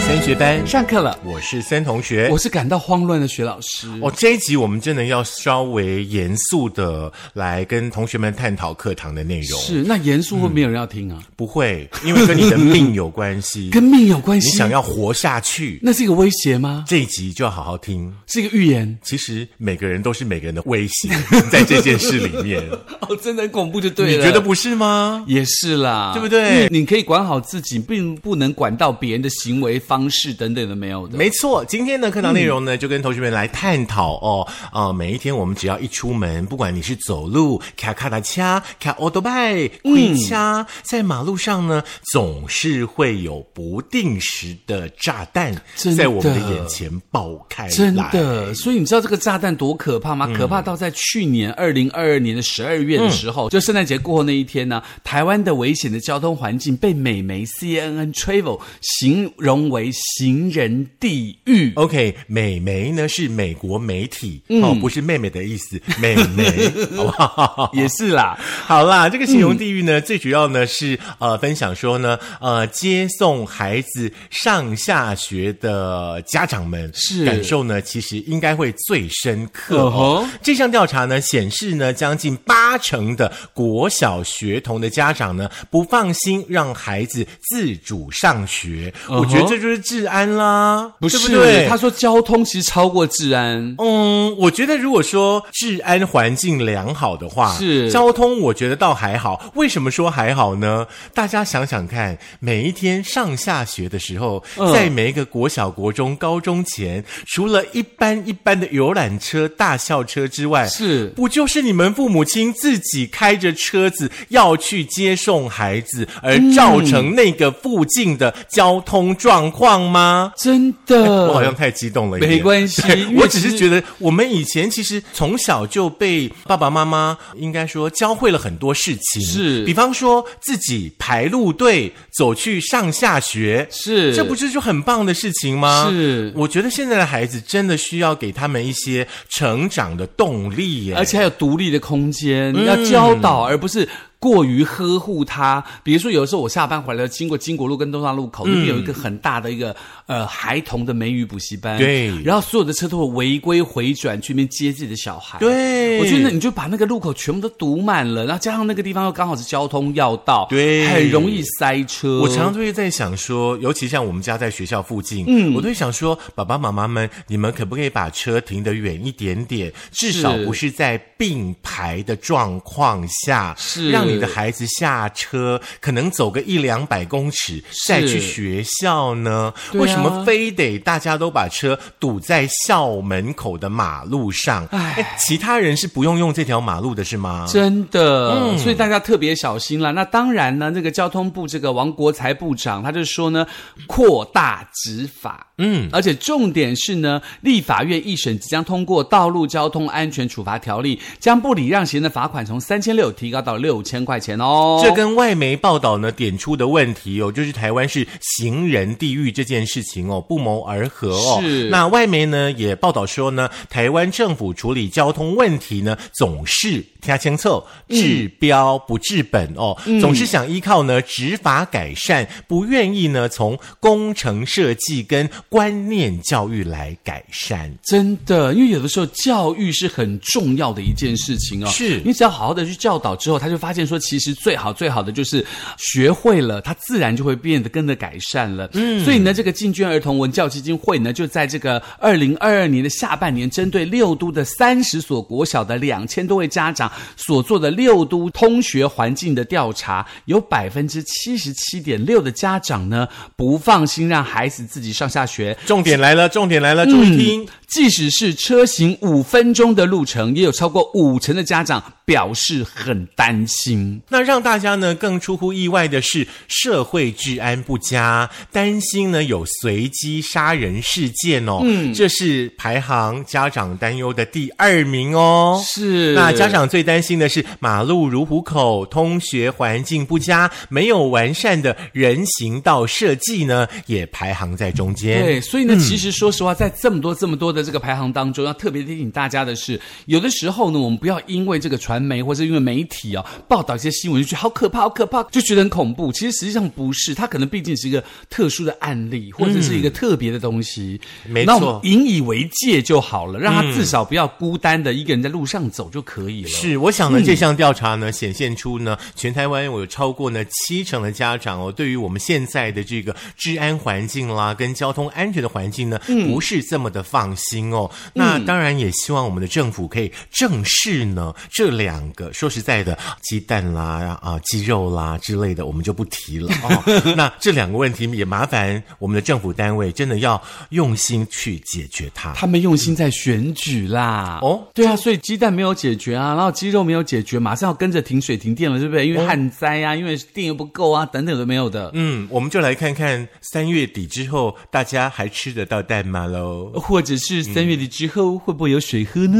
三学班上课了，我是森同学，我是感到慌乱的学老师。哦，这一集我们真的要稍微严肃的来跟同学们探讨课堂的内容。是，那严肃会没有人要听啊？不会，因为跟你的命有关系， 跟命有关你系？想要活下去，那是一个威胁吗？这一集就要好好听。是一个预言？其实每个人都是每个人的威胁，在这件事里面， 哦，真的很恐怖就 对你了。觉得不是吗？也是啦，对嗯不对因为你可以管好自己，并不能管到别人的行为方式等等的，没有的。嗯没错，今天的课堂内容呢，就跟同学们来探讨哦。呃，每一天我们只要一出门，不管你是走路、卡卡达掐、卡欧多拜、嗯回掐，在马路上呢，总是会有不定时的炸弹真的在我们的眼前爆开来。嗯真的，所以你知道这个炸弹多可怕吗？可怕到在去年二零二二年的十二月的时嗯候，就圣诞节过后那一天呢，台湾的危险的交通环境被美媒 CNN Travel 形容为行人地狱。 OK，美媒呢是美国媒体、嗯哦，不是妹妹的意思，美 媒，好不好？也是啦，好啦，这个形嗯容地狱呢，最主要呢是呃分享说呢，呃，接送孩子上下学的家长们是感受呢，其实应该会最深刻哦。嗯哼这项调查呢显示呢，将近八成的国小学童的家长呢不放心让孩子自主上学，嗯哼我觉得这就是治安啦，不是？对不对他说交通其实超过治安。嗯，我觉得如果说治安环境良好的话，是交通，我觉得倒还好。为什么说还好呢？大家想想看，每一天上下学的时候，嗯在每一个国小、国中、高中前，除了一般一般的游览车、大校车之外，是不就是你们父母亲自己开着车子要去接送孩子，而嗯造成那个附近的交通状况吗？真的，哎我好像太激动了一点，没关系对因 为我只是其实觉得我们以前其实从小就被爸爸妈妈应该说教会了很多事情，是比方说自己排路队走去上下学。是这不是就很棒的事情吗？是我觉得现在的孩子真的需要给他们一些成长的动力耶。而且还有独立的空间，嗯要教导，而不是过于呵护它。比如说，有时候我下班回来经过金国路跟东大路嗯口，那边有一个很大的一个呃孩童的美语补习班，对然后所有的车都会违规回转去那边接自己的小孩，对我觉得那你就把那个路口全部都堵满了，然后加上那个地方又刚好是交通要道，对很容易塞车。我常常都会在想说，尤其像我们家在学校附近，嗯，我都会想说，爸爸妈妈们，你们可不可以把车停得远一点点，至少不是在并排的状况下，是让你的孩子下车，可能走个一两百公尺再去学校呢？对啊为什么非得大家都把车堵在校门口的马路上？唉哎，其他人是不用用这条马路的是吗？嗯真的，所以大家特别小心啦。那当然呢，这个交通部这个王国才部长他就说呢，扩大执法，嗯，而且重点是呢，立法院一审即将通过《道路交通安全处罚条例》，将不礼让行人的罚款从三千六提高到六千块钱哦。这跟外媒报道呢点出的问题哦，就是台湾是行人地狱这件事情哦，不谋而合哦。是那外媒呢也报道说呢，台湾政府处理交通问题呢，总是听清楚，治标不治本哦，总是想依靠呢执法改善，不愿意呢从工程设计跟观念教育来改善。真的，因为有的时候教育是很重要的一件事情哦。是你只要好好的去教导之后，他就发现说，其实最好最好的就是学会了，他自然就会变得跟着改善了。嗯，所以呢，这个进捐儿童文教基金会呢，就在这个二零二二年的下半年，针对六都的三十所国小的两千多位家长所做的六都通学环境的调查，有百分之七十七点六的家长呢不放心让孩子自己上下学，重点来了，重点来了，注意听。即使是车行五分钟的路程，也有超过五成的家长表示很担心。那让大家呢更出乎意外的是，社会治安不佳，担心呢有随机杀人事件哦。嗯，这是排行家长担忧的第二名哦。是那家长最担心的是马路如虎口，通学环境不佳，没有完善的人行道设计呢，也排行在中间。对，所以呢，其实说实话，在这么多这么多的这个排行当中，要特别提醒大家的是，有的时候呢，我们不要因为这个传媒或者因为媒体啊报道道一些新闻，就觉得好可怕，好可怕，就觉得很恐怖。其实实际上不是，它可能毕竟是一个特殊的案例，或者是一个特别的东西。没那我错们引以为戒就好了，让他至少不要孤单的一个人在路上走就可以了。是，我想呢，这项调查呢，显现出呢，全台湾有超过呢七成的家长哦，对于我们现在的这个治安环境啦，跟交通安全的环境呢，不是这么的放心哦。那当然也希望我们的政府可以正视呢这两个，说实在的，鸡蛋啦啊、鸡肉啦之类的，我们就不提了哦。那这两个问题也麻烦我们的政府单位真的要用心去解决它。他们用心在选举啦。哦对啊，所以鸡蛋没有解决啊，然后鸡肉没有解决，马上要跟着停水停电了，对哦不对？因为旱灾啊，因为电又不够啊，等等都没有的。嗯，我们就来看看三月底之后大家还吃得到蛋吗喽？或者是三月底之后会不会有水 喝呢？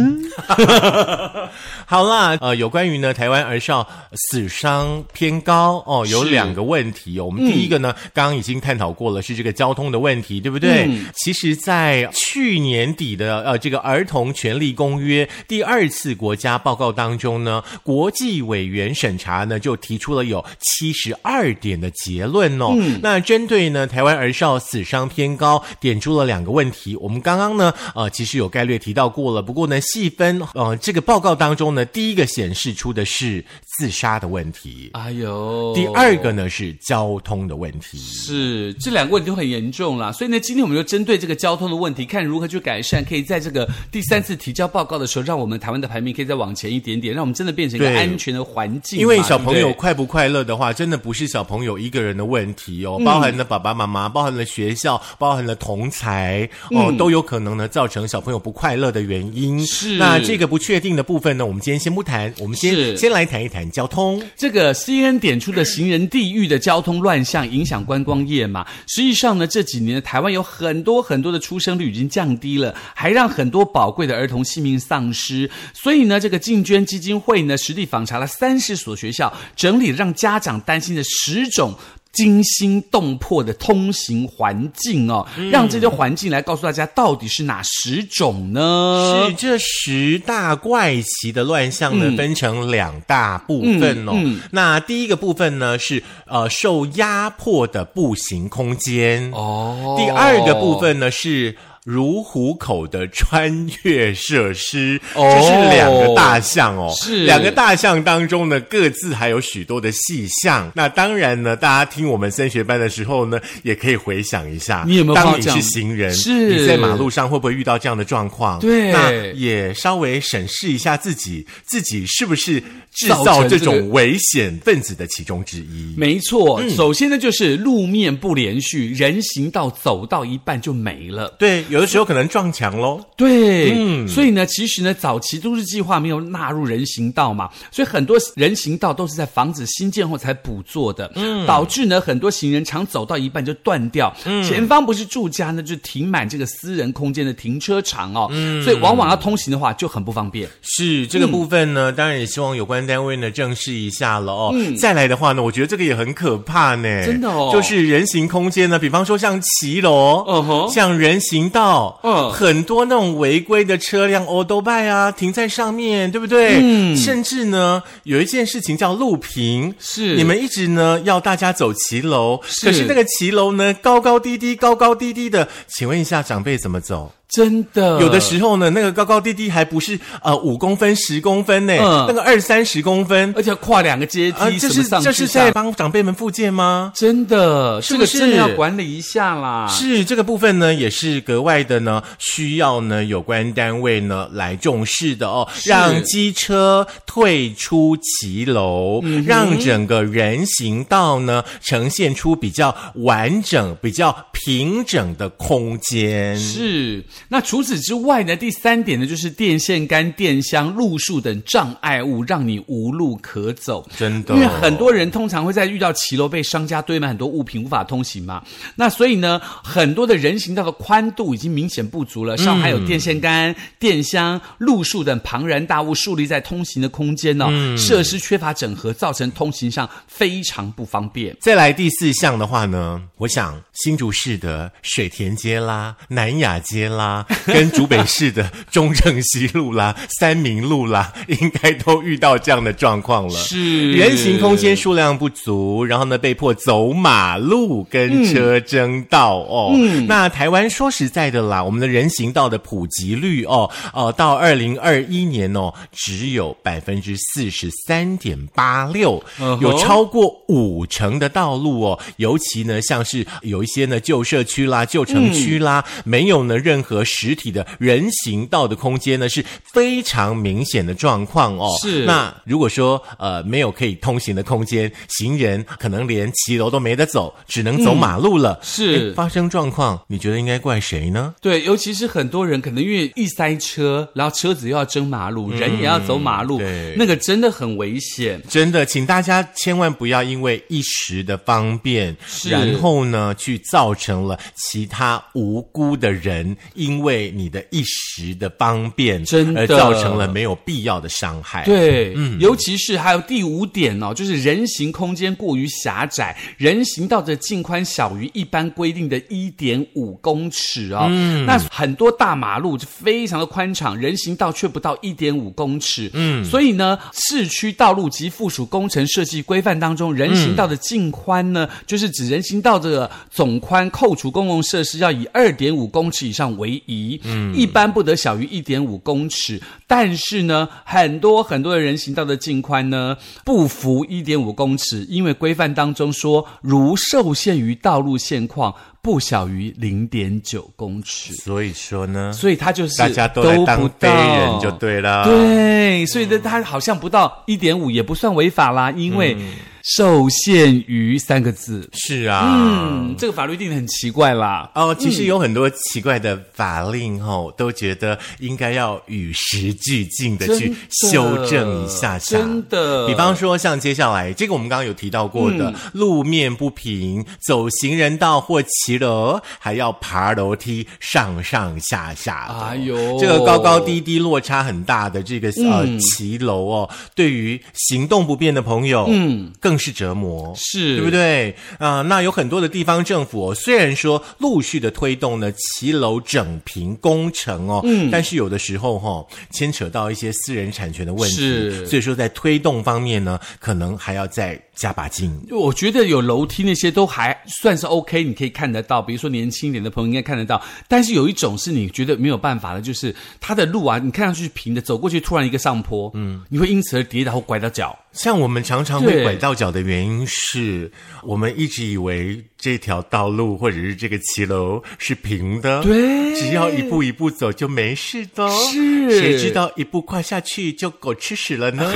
好啦，呃，有关于呢台湾儿少死伤偏高哦，有是两个问题哦。我们第一个呢，刚刚已经探讨过了，是这个交通的问题，对不对？其实，在去年底的呃这个《儿童权利公约》第二次国家报告当中呢，国际委员审查呢就提出了有七十二点的结论哦。那针对呢台湾儿少死伤偏高，点出了两个问题。我们刚刚呢，呃，其实有概略提到过了，不过呢，细分，呃，这个报告当中呢，第一个显示出的是自杀的问题，哎呦，第二个呢是交通的问题。是这两个问题都很严重啦，所以呢，今天我们就针对这个交通的问题，看如何去改善，可以在这个第三次提交报告的时候，让我们台湾的排名可以再往前一点点，让我们真的变成一个对安全的环境嘛。因为小朋对不友对快不快乐的话，真的不是小朋友一个人的问题嗯哦，包含了爸爸妈妈，包含了学校，包含了同才哦，都有可能呢造成小朋友不快乐的原因。嗯是那这个不确定的部分呢，我们今天先不谈，我们先是先来谈一谈交通。这个 C N 点出的行人地狱的交通乱象影响观光业嘛？实际上呢，这几年台湾有很多很多的出生率已经降低了，还让很多宝贵的儿童性命丧失。所以呢，这个进捐基金会呢，实地访查了三十所学校，整理让家长担心的十种。惊心动魄的通行环境哦，嗯让这些环境来告诉大家到底是哪十种呢？是这十大怪奇的乱象嗯呢，分成两大部分哦。那第一个部分呢是呃受压迫的步行空间哦第二个部分呢是。如虎口的穿越设施，哦这是两个大项哦。是两个大项当中呢，各自还有许多的细项。那当然呢，大家听我们升学班的时候呢，也可以回想一下，你有没有碰当到你这样是行人，是你在马路上会不会遇到这样的状况？对那也稍微审视一下自己，自己是不是制造造成这这个种危险分子的其中之一？没错，嗯首先呢就是路面不连续，人行道走到一半就没了。对，有的时候可能撞墙喽。对，所以呢，其实呢，早期都市计划没有纳入人行道嘛，所以很多人行道都是在房子新建后才补做的，嗯导致呢很多行人常走到一半就断掉，前方不是住家呢，就停满这个私人空间的停车场哦，嗯所以往往要通行的话就很不方便。是这个部分嗯呢，当然也希望有关单位呢正视一下了哦。再来的话呢，我觉得这个也很可怕呢，真的哦就是人行空间呢，比方说像骑楼，嗯哼像人行道，嗯很多那种违规的车辆 o d o b i 啊，停在上面，对不对？嗯，甚至呢，有一件事情叫路平，是你们一直呢要大家走骑楼，是可是那个骑楼呢，高高低低，高高低低的，请问一下长辈怎么走？真的，有的时候呢，那个高高低低还不是呃五公分、十公分呢，嗯那个二三十公分而且跨两个阶梯，啊，这什是么上这去是下在帮长辈们复健吗？真的，是这不个是真的要管理一下啦。是这个部分呢，也是格外的呢，需要呢有关单位呢来重视的哦，是让机车退出骑楼，嗯让整个人行道呢呈现出比较完整、比较平整的空间。是，那除此之外呢？第三点呢，就是电线杆、电箱、路树等障碍物，让你无路可走。真的，因为很多人通常会在遇到骑楼被商家堆满很多物品无法通行嘛，那所以呢，很多的人行道的宽度已经明显不足了，上还有电线杆、电箱、路树等庞然大物树立在通行的空间哦，设施缺乏整合，造成通行上非常不方便。再来第 四项的话呢，我想新竹市的水田街啦、南雅街啦、 啦，跟竹北市的中正西路啦、 三民路啦， 应该都遇到这样的状况了。是人行空间数量不足，然后呢，被迫走马路跟车争道、哦。嗯那台湾说实在的啦，我们的人行道的普及率哦，呃，到二零二一年哦，只有百分之四十三点八六嗯，哼有超过五成的道路哦，尤其呢，像是有一些呢旧社区啦、旧城区啦，没有呢任何实体的人行道的空间呢，是非常明显的状况哦。是那那如果说呃没有可以通行的空间，行人可能连骑楼都没得走，只能走马路了。嗯是诶发生状况，你觉得应该怪谁呢？对，尤其是很多人可能因为一塞车，然后车子又要争马路，人也要走马路，对那个真的很危险。真的，请大家千万不要因为一时的方便，是然后呢，去造成了其他无辜的人因为你的一时的方便，真的而造成了没有必要的伤害。。对，尤其是还有第五点哦，就是人行空间过于狭窄，人行道的净宽小于一般规定的一点五公尺哦。那很多大马路就非常的宽敞，人行道却不到一点五公尺。嗯，所以呢，市区道路及附属工程设计规范当中，人行道的净宽呢，就是指人行道的总宽扣除公共设施要以二点五公尺以上为宜，嗯，一般不得小于一点五公尺。但是呢，很多很多的人行道的净宽呢不符一点五公尺，因为规范当中说，如受限于道路现况，不小于零点九公尺。所以说呢，所以它就是大家都来不当非到人就对了。对，所以呢，它好像不到一点五也不算违法啦，因为嗯受限于三个字。是啊，嗯，这个法律定的很奇怪啦。哦，其实有很多奇怪的法令哦，都觉得应该要与时俱进的去真的修正一下下。真的。嗯比方说，像接下来这个我们刚刚有提到过的，路面不平、走行人道或骑楼，还要爬楼梯上上下下的。哎呦嗯这个高高低低落差很大的这个、呃骑楼哦，对于行动不便的朋友，嗯，更是折磨。是对不对？啊、那有很多的地方政府、哦、虽然说陆续的推动呢骑楼整平工程哦，嗯，但是有的时候哈、哦、牵扯到一些私人产权的问题，是所以说在推动方面呢，可能还要再加把劲。我觉得有楼梯那些都还算是 OK，你可以看得到。比如说年轻一点的朋友应该看得到，但是有一种是你觉得没有办法的，就是它的路啊，你看上去是平的，走过去突然一个上坡，嗯，你会因此而跌倒或拐到脚。 像我们常常会对拐到脚的原因是，我们一直以为这条道路或者是这个骑楼是平的，对只要一步一步走就没事的哦，是谁知道一步跨下去就狗吃屎了呢？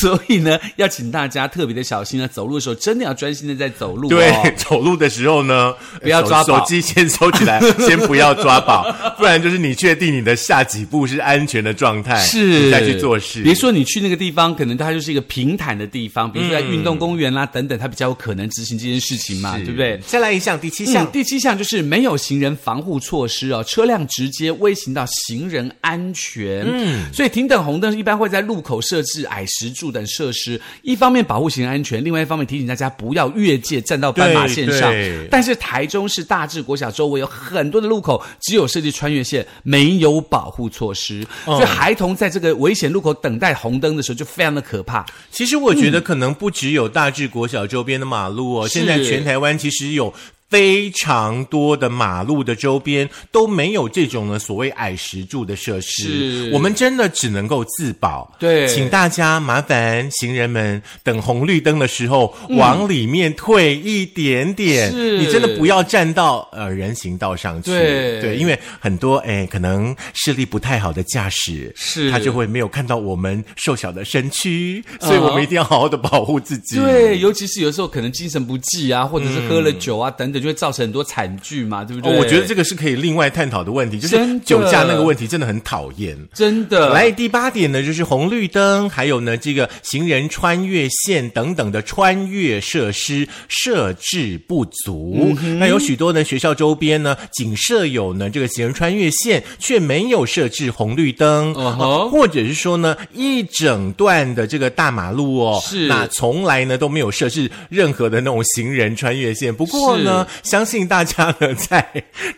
所以呢，要请大家特别的小心啊，走路的时候真的要专心的在走路、哦。对，走路的时候呢， 不要手抓宝手机先收起 来，先不要抓宝，不然就是你确定你的下几步是安全的状态，是你再去做事。别说你去那个地方，可能它就是一个平坦的地方，比如说在运动公园啦、等等，它比较有可能执行这件事情嘛，嗯是对不对？再来一项，第七像项。嗯第七项就是没有行人防护措施哦，车辆直接威胁到行人安全。嗯，所以停等红灯一般会在路口设置矮石柱等设施，一方面保护行人安全，另外一方面提醒大家不要越界站到斑马线上对对。但是台中市大智国小周围有很多的路口只有设计穿越线，没有保护措施，哦所以孩童在这个危险路口等待红灯的时候就非常的可怕。其实我觉得可能不只有大智国小周边的马路哦，嗯是现在全台湾其实有。非常多的马路的周边都没有这种呢所谓矮石柱的设施是，我们真的只能够自保。对请大家麻烦行人们等红绿灯的时候、往里面退一点点，嗯是你真的不要站到呃人行道上去。对对，因为很多哎可能视力不太好的驾驶，是他就会没有看到我们瘦小的身躯，所以我们一定要好好的保护自己。啊对，尤其是有时候可能精神不济啊，或者是喝了酒啊、等等，就会造成很多惨剧嘛，对不哦对？我觉得这个是可以另外探讨的问题，就是真的酒驾那个问题真的很讨厌。真的来第八点呢，就是红绿灯，还有呢这个行人穿越线等等的穿越设施设置不嗯足。那有许多呢学校周边呢仅设有呢这个行人穿越线，却没有设置红绿灯，哦嗯哼或者是说呢一整段的这个大马路哦，是那从来呢都没有设置任何的那种行人穿越线。不过呢，相信大家呢在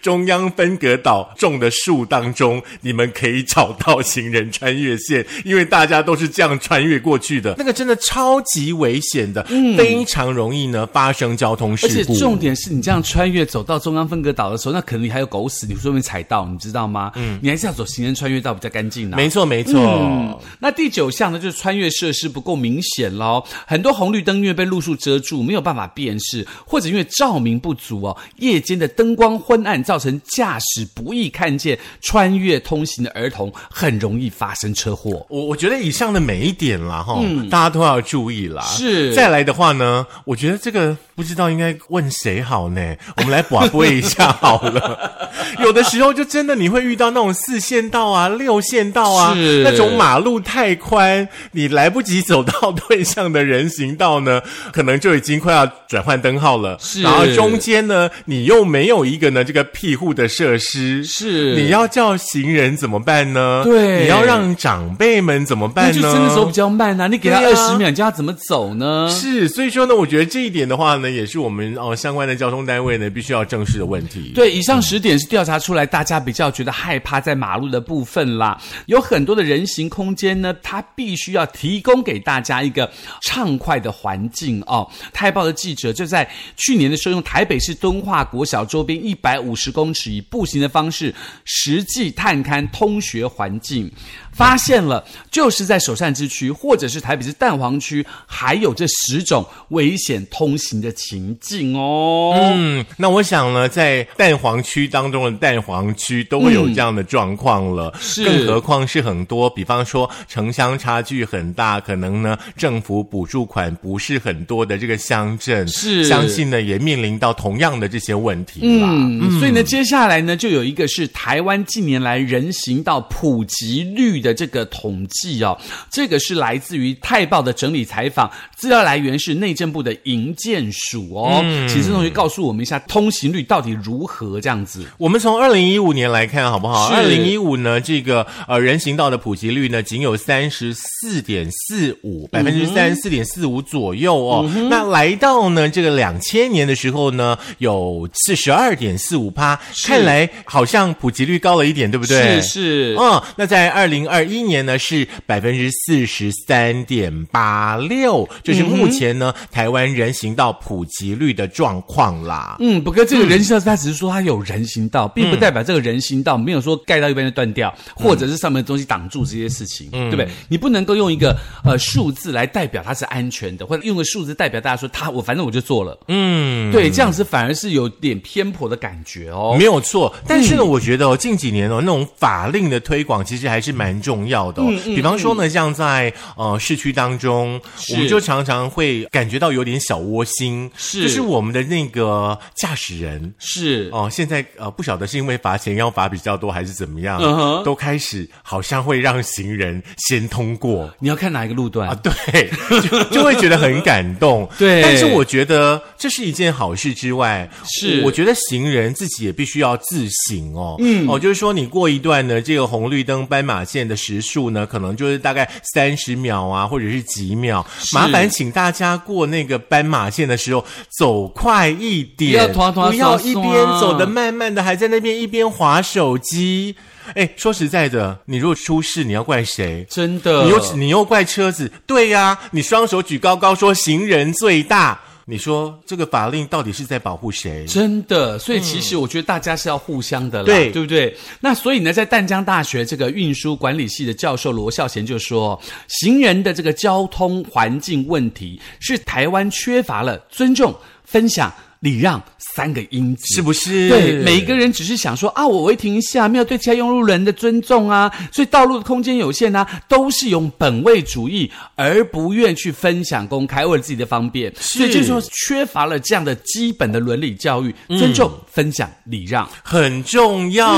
中央分隔岛种的树当中，你们可以找到行人穿越线，因为大家都是这样穿越过去的。那嗯个真的超级危险的，非常容易呢发生交通事而且故。重点是你这样穿越走到中央分隔岛的时候，那可能你还有狗屎，你说不定踩到，你知道吗？嗯，你还是要走行人穿越道比较干净啊。没错，没错。那第九项呢，就是穿越设施不够明显喽，很多红绿灯因为被路树遮住，没有办法辨识，或者因为照明不足哦，夜间的灯光昏暗，造成驾驶不易看见穿越通行的儿童，很容易发生车祸。我我觉得以上的每一点啦，哈、大家都要注意啦。嗯是再来的话呢，我觉得这个不知道应该问谁好 呢？我们来把播一下好了。有的时候就真的你会遇到那种四线道啊、六线道啊，是那种马路太宽，你来不及走到对向的人行道呢，可能就已经快要转换灯号了。是然后中间呢，你又没有一个呢这个庇护的设施，是你要叫行人怎么办呢？对你要让。长辈们怎么办那呢？就真的走比较慢呐、啊，你给他对二啊十秒，你叫他怎么走呢？是，所以说呢，我觉得这一点的话呢，也是我们哦相关的交通单位呢必须要正视的问题。对，以上十点是调查出来大家比较觉得害怕在马路的部分啦。有很多的人行空间呢，它必须要提供给大家一个畅快的环境哦。台报的记者就在去年的时候，用台北市敦化国小周边一百五十公尺以步行的方式，实际探勘通学环境，发现了就是在首善之区或者是台北市蛋黄区，还有这十种危险通行的情境哦。嗯，那我想呢，在蛋黄区当中的蛋黄区都会有这样的状况了，嗯是更何况是很多，比方说城乡差距很大，可能呢政府补助款不是很多的这个乡镇，是相信呢也面临到同样的这些问题啦。嗯，所以呢，接下来呢，就有一个是台湾近年来人行道普及率的这个统计哦，这个是来自于《泰报》的整理采访，资料来源是内政部的营建署哦。请郑同学告诉我们一下通行率到底如何这样子。我们从二零一五年来看，好不好？二是零一五呢，这个呃人行道的普及率呢，仅有三十四点四五嗯百分之三四点四五左右哦。那来到呢这个两千年的时候呢，有四十二点四五趴，是看来好像普及率高了一点，对不对？是是，嗯，那在二零二一年呢是百分之四十三点八六，就是嗯目前呢、台湾人行道普及率的状况啦。嗯，不过这个人行道，它只是说它有人行道，并不代表这个人行道没有说盖到一半就断掉，或者是上面的东西挡住这些事情，嗯对不对？你不能够用一个呃数字来代表它是安全的，或者用个数字代表大家说它我反正我就做了，嗯，对，这样子反而是有点偏颇的感觉哦。嗯没有错，但是呢，我觉得哦，近几年哦，那种法令的推广其实还是蛮重要嗯的、哦。比方说呢，像在呃市区当中，是我们就常常会感觉到有点小窝心，是就是我们的那个驾驶人。是，哦，现在呃，不晓得是因为罚钱要罚比较多，还是怎么样嗯哼都开始好像会让行人先通过。你要看哪一个路段啊，对，就就会觉得很感动。 对但是我觉得这是一件好事之外，是我我觉得行人自己也必须要自省哦。嗯，哦，就是说你过一段呢这个红绿灯斑马线的时速呢，可能就是大概三十秒啊，或者是几秒。麻烦请大家过那个斑马线的时候走快一点，不要拖拖不要刷一刷啊边走的慢慢的，还在那边一边划手机。哎，说实在的，你如果出事，你要怪谁？真的，你又你又怪车子，对呀、你双手举高高说行人最大，你说这个法令到底是在保护谁？真的，所以其实我觉得大家是要互相的啦，对对不对？那所以呢，在淡江大学这个运输管理系的教授罗孝贤就说，行人的这个交通环境问题是台湾缺乏了尊重、分享、礼让三个因子，是不是？对，每一个人只是想说啊，我违停一下，没有对其他用路人的尊重啊，所以道路的空间有限啊，都是用本位主义，而不愿去分享公开，为了自己的方便，所以就是说缺乏了这样的基本的伦理教育，嗯尊重、分享、礼让。很重要。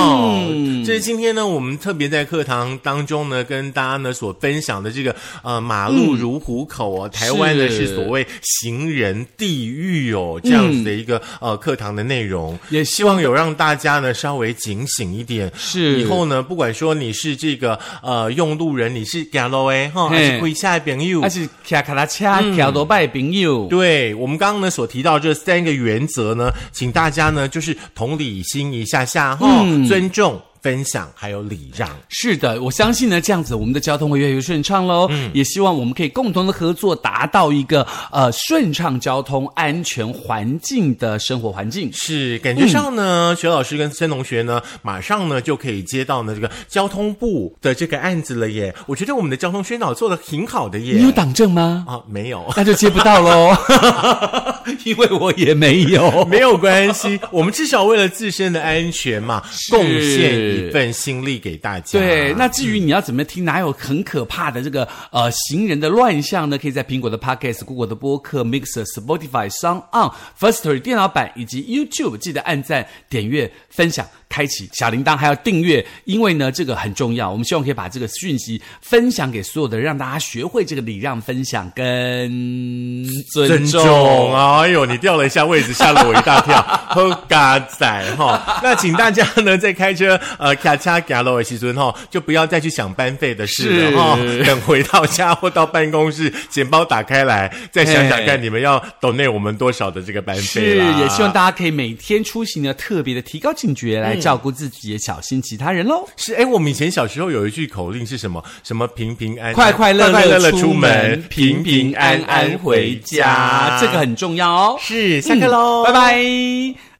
嗯这是今天呢，我们特别在课堂当中呢，跟大家呢所分享的这个呃嗯马路如虎口哦，台湾呢是是所谓行人地狱哦，这样子的的一个呃课堂的内容，嗯也希望有让大家呢稍微警醒一点。是以后呢，不管说你是这个呃用路人，你是假路哎哈，还嘿是归下朋友还，啊是骑卡拉车，骑多拜朋友。对我们刚刚呢所提到这三个原则呢，请大家呢就是同理心一下下哈、嗯尊重、分享还有礼让。是的，我相信呢，这样子我们的交通会越来越顺畅喽。嗯也希望我们可以共同的合作，达到一个呃顺畅交通、安全环境的生活环境。是，感觉上嗯呢，学老师跟森同学呢，马上呢就可以接到呢这个交通部的这个案子了耶。我觉得我们的交通宣导做的挺好的耶。你有党证吗？啊，没有。 那就接不到喽， 因为我也没有。没有关系，我们至少为了自身的安全嘛，贡献一份心力给大家。对，那至于你要怎么听，哪有很可怕的这个呃行人的乱象呢？可以在苹果的 Podcast、Google 的播客、Mixer、Spotify、Sound On、Firstory 电脑版以及 YouTube，记得按赞、点阅、分享、开启小铃铛，还要订阅，因为呢这个很重要。我们希望可以把这个讯息分享给所有的人，让大家学会这个礼让、分享跟尊尊重啊！哎呦，你掉了一下位置，吓了我一大跳。 喝嘎仔哈，那请大家呢在开车呃咔嚓嘎喽的时尊哈，就不要再去想班费的事了哈。是等回到家或到办公室，钱包打开来，再想想嘿看你们要 donate 我们多少的这个班费是，啦。也希望大家可以每天出行呢，特别的提高警觉，来照顾自己，也小心其他人喽。是哎，我们以前小时候有一句口令是什么？什么平平安安、快快乐快快乐乐出出门门，，平平安安回家，这个很重要哦。是下课喽，拜。拜。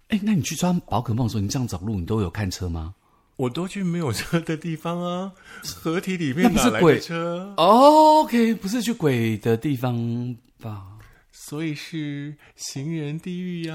哎，那你去抓宝可梦的时候，你这样走路，你都有看车吗？我都去没有车的地方啊， 合体里那面不是哪来鬼的车？哦，OK，不是去鬼的地方吧？所以是行人地狱呀、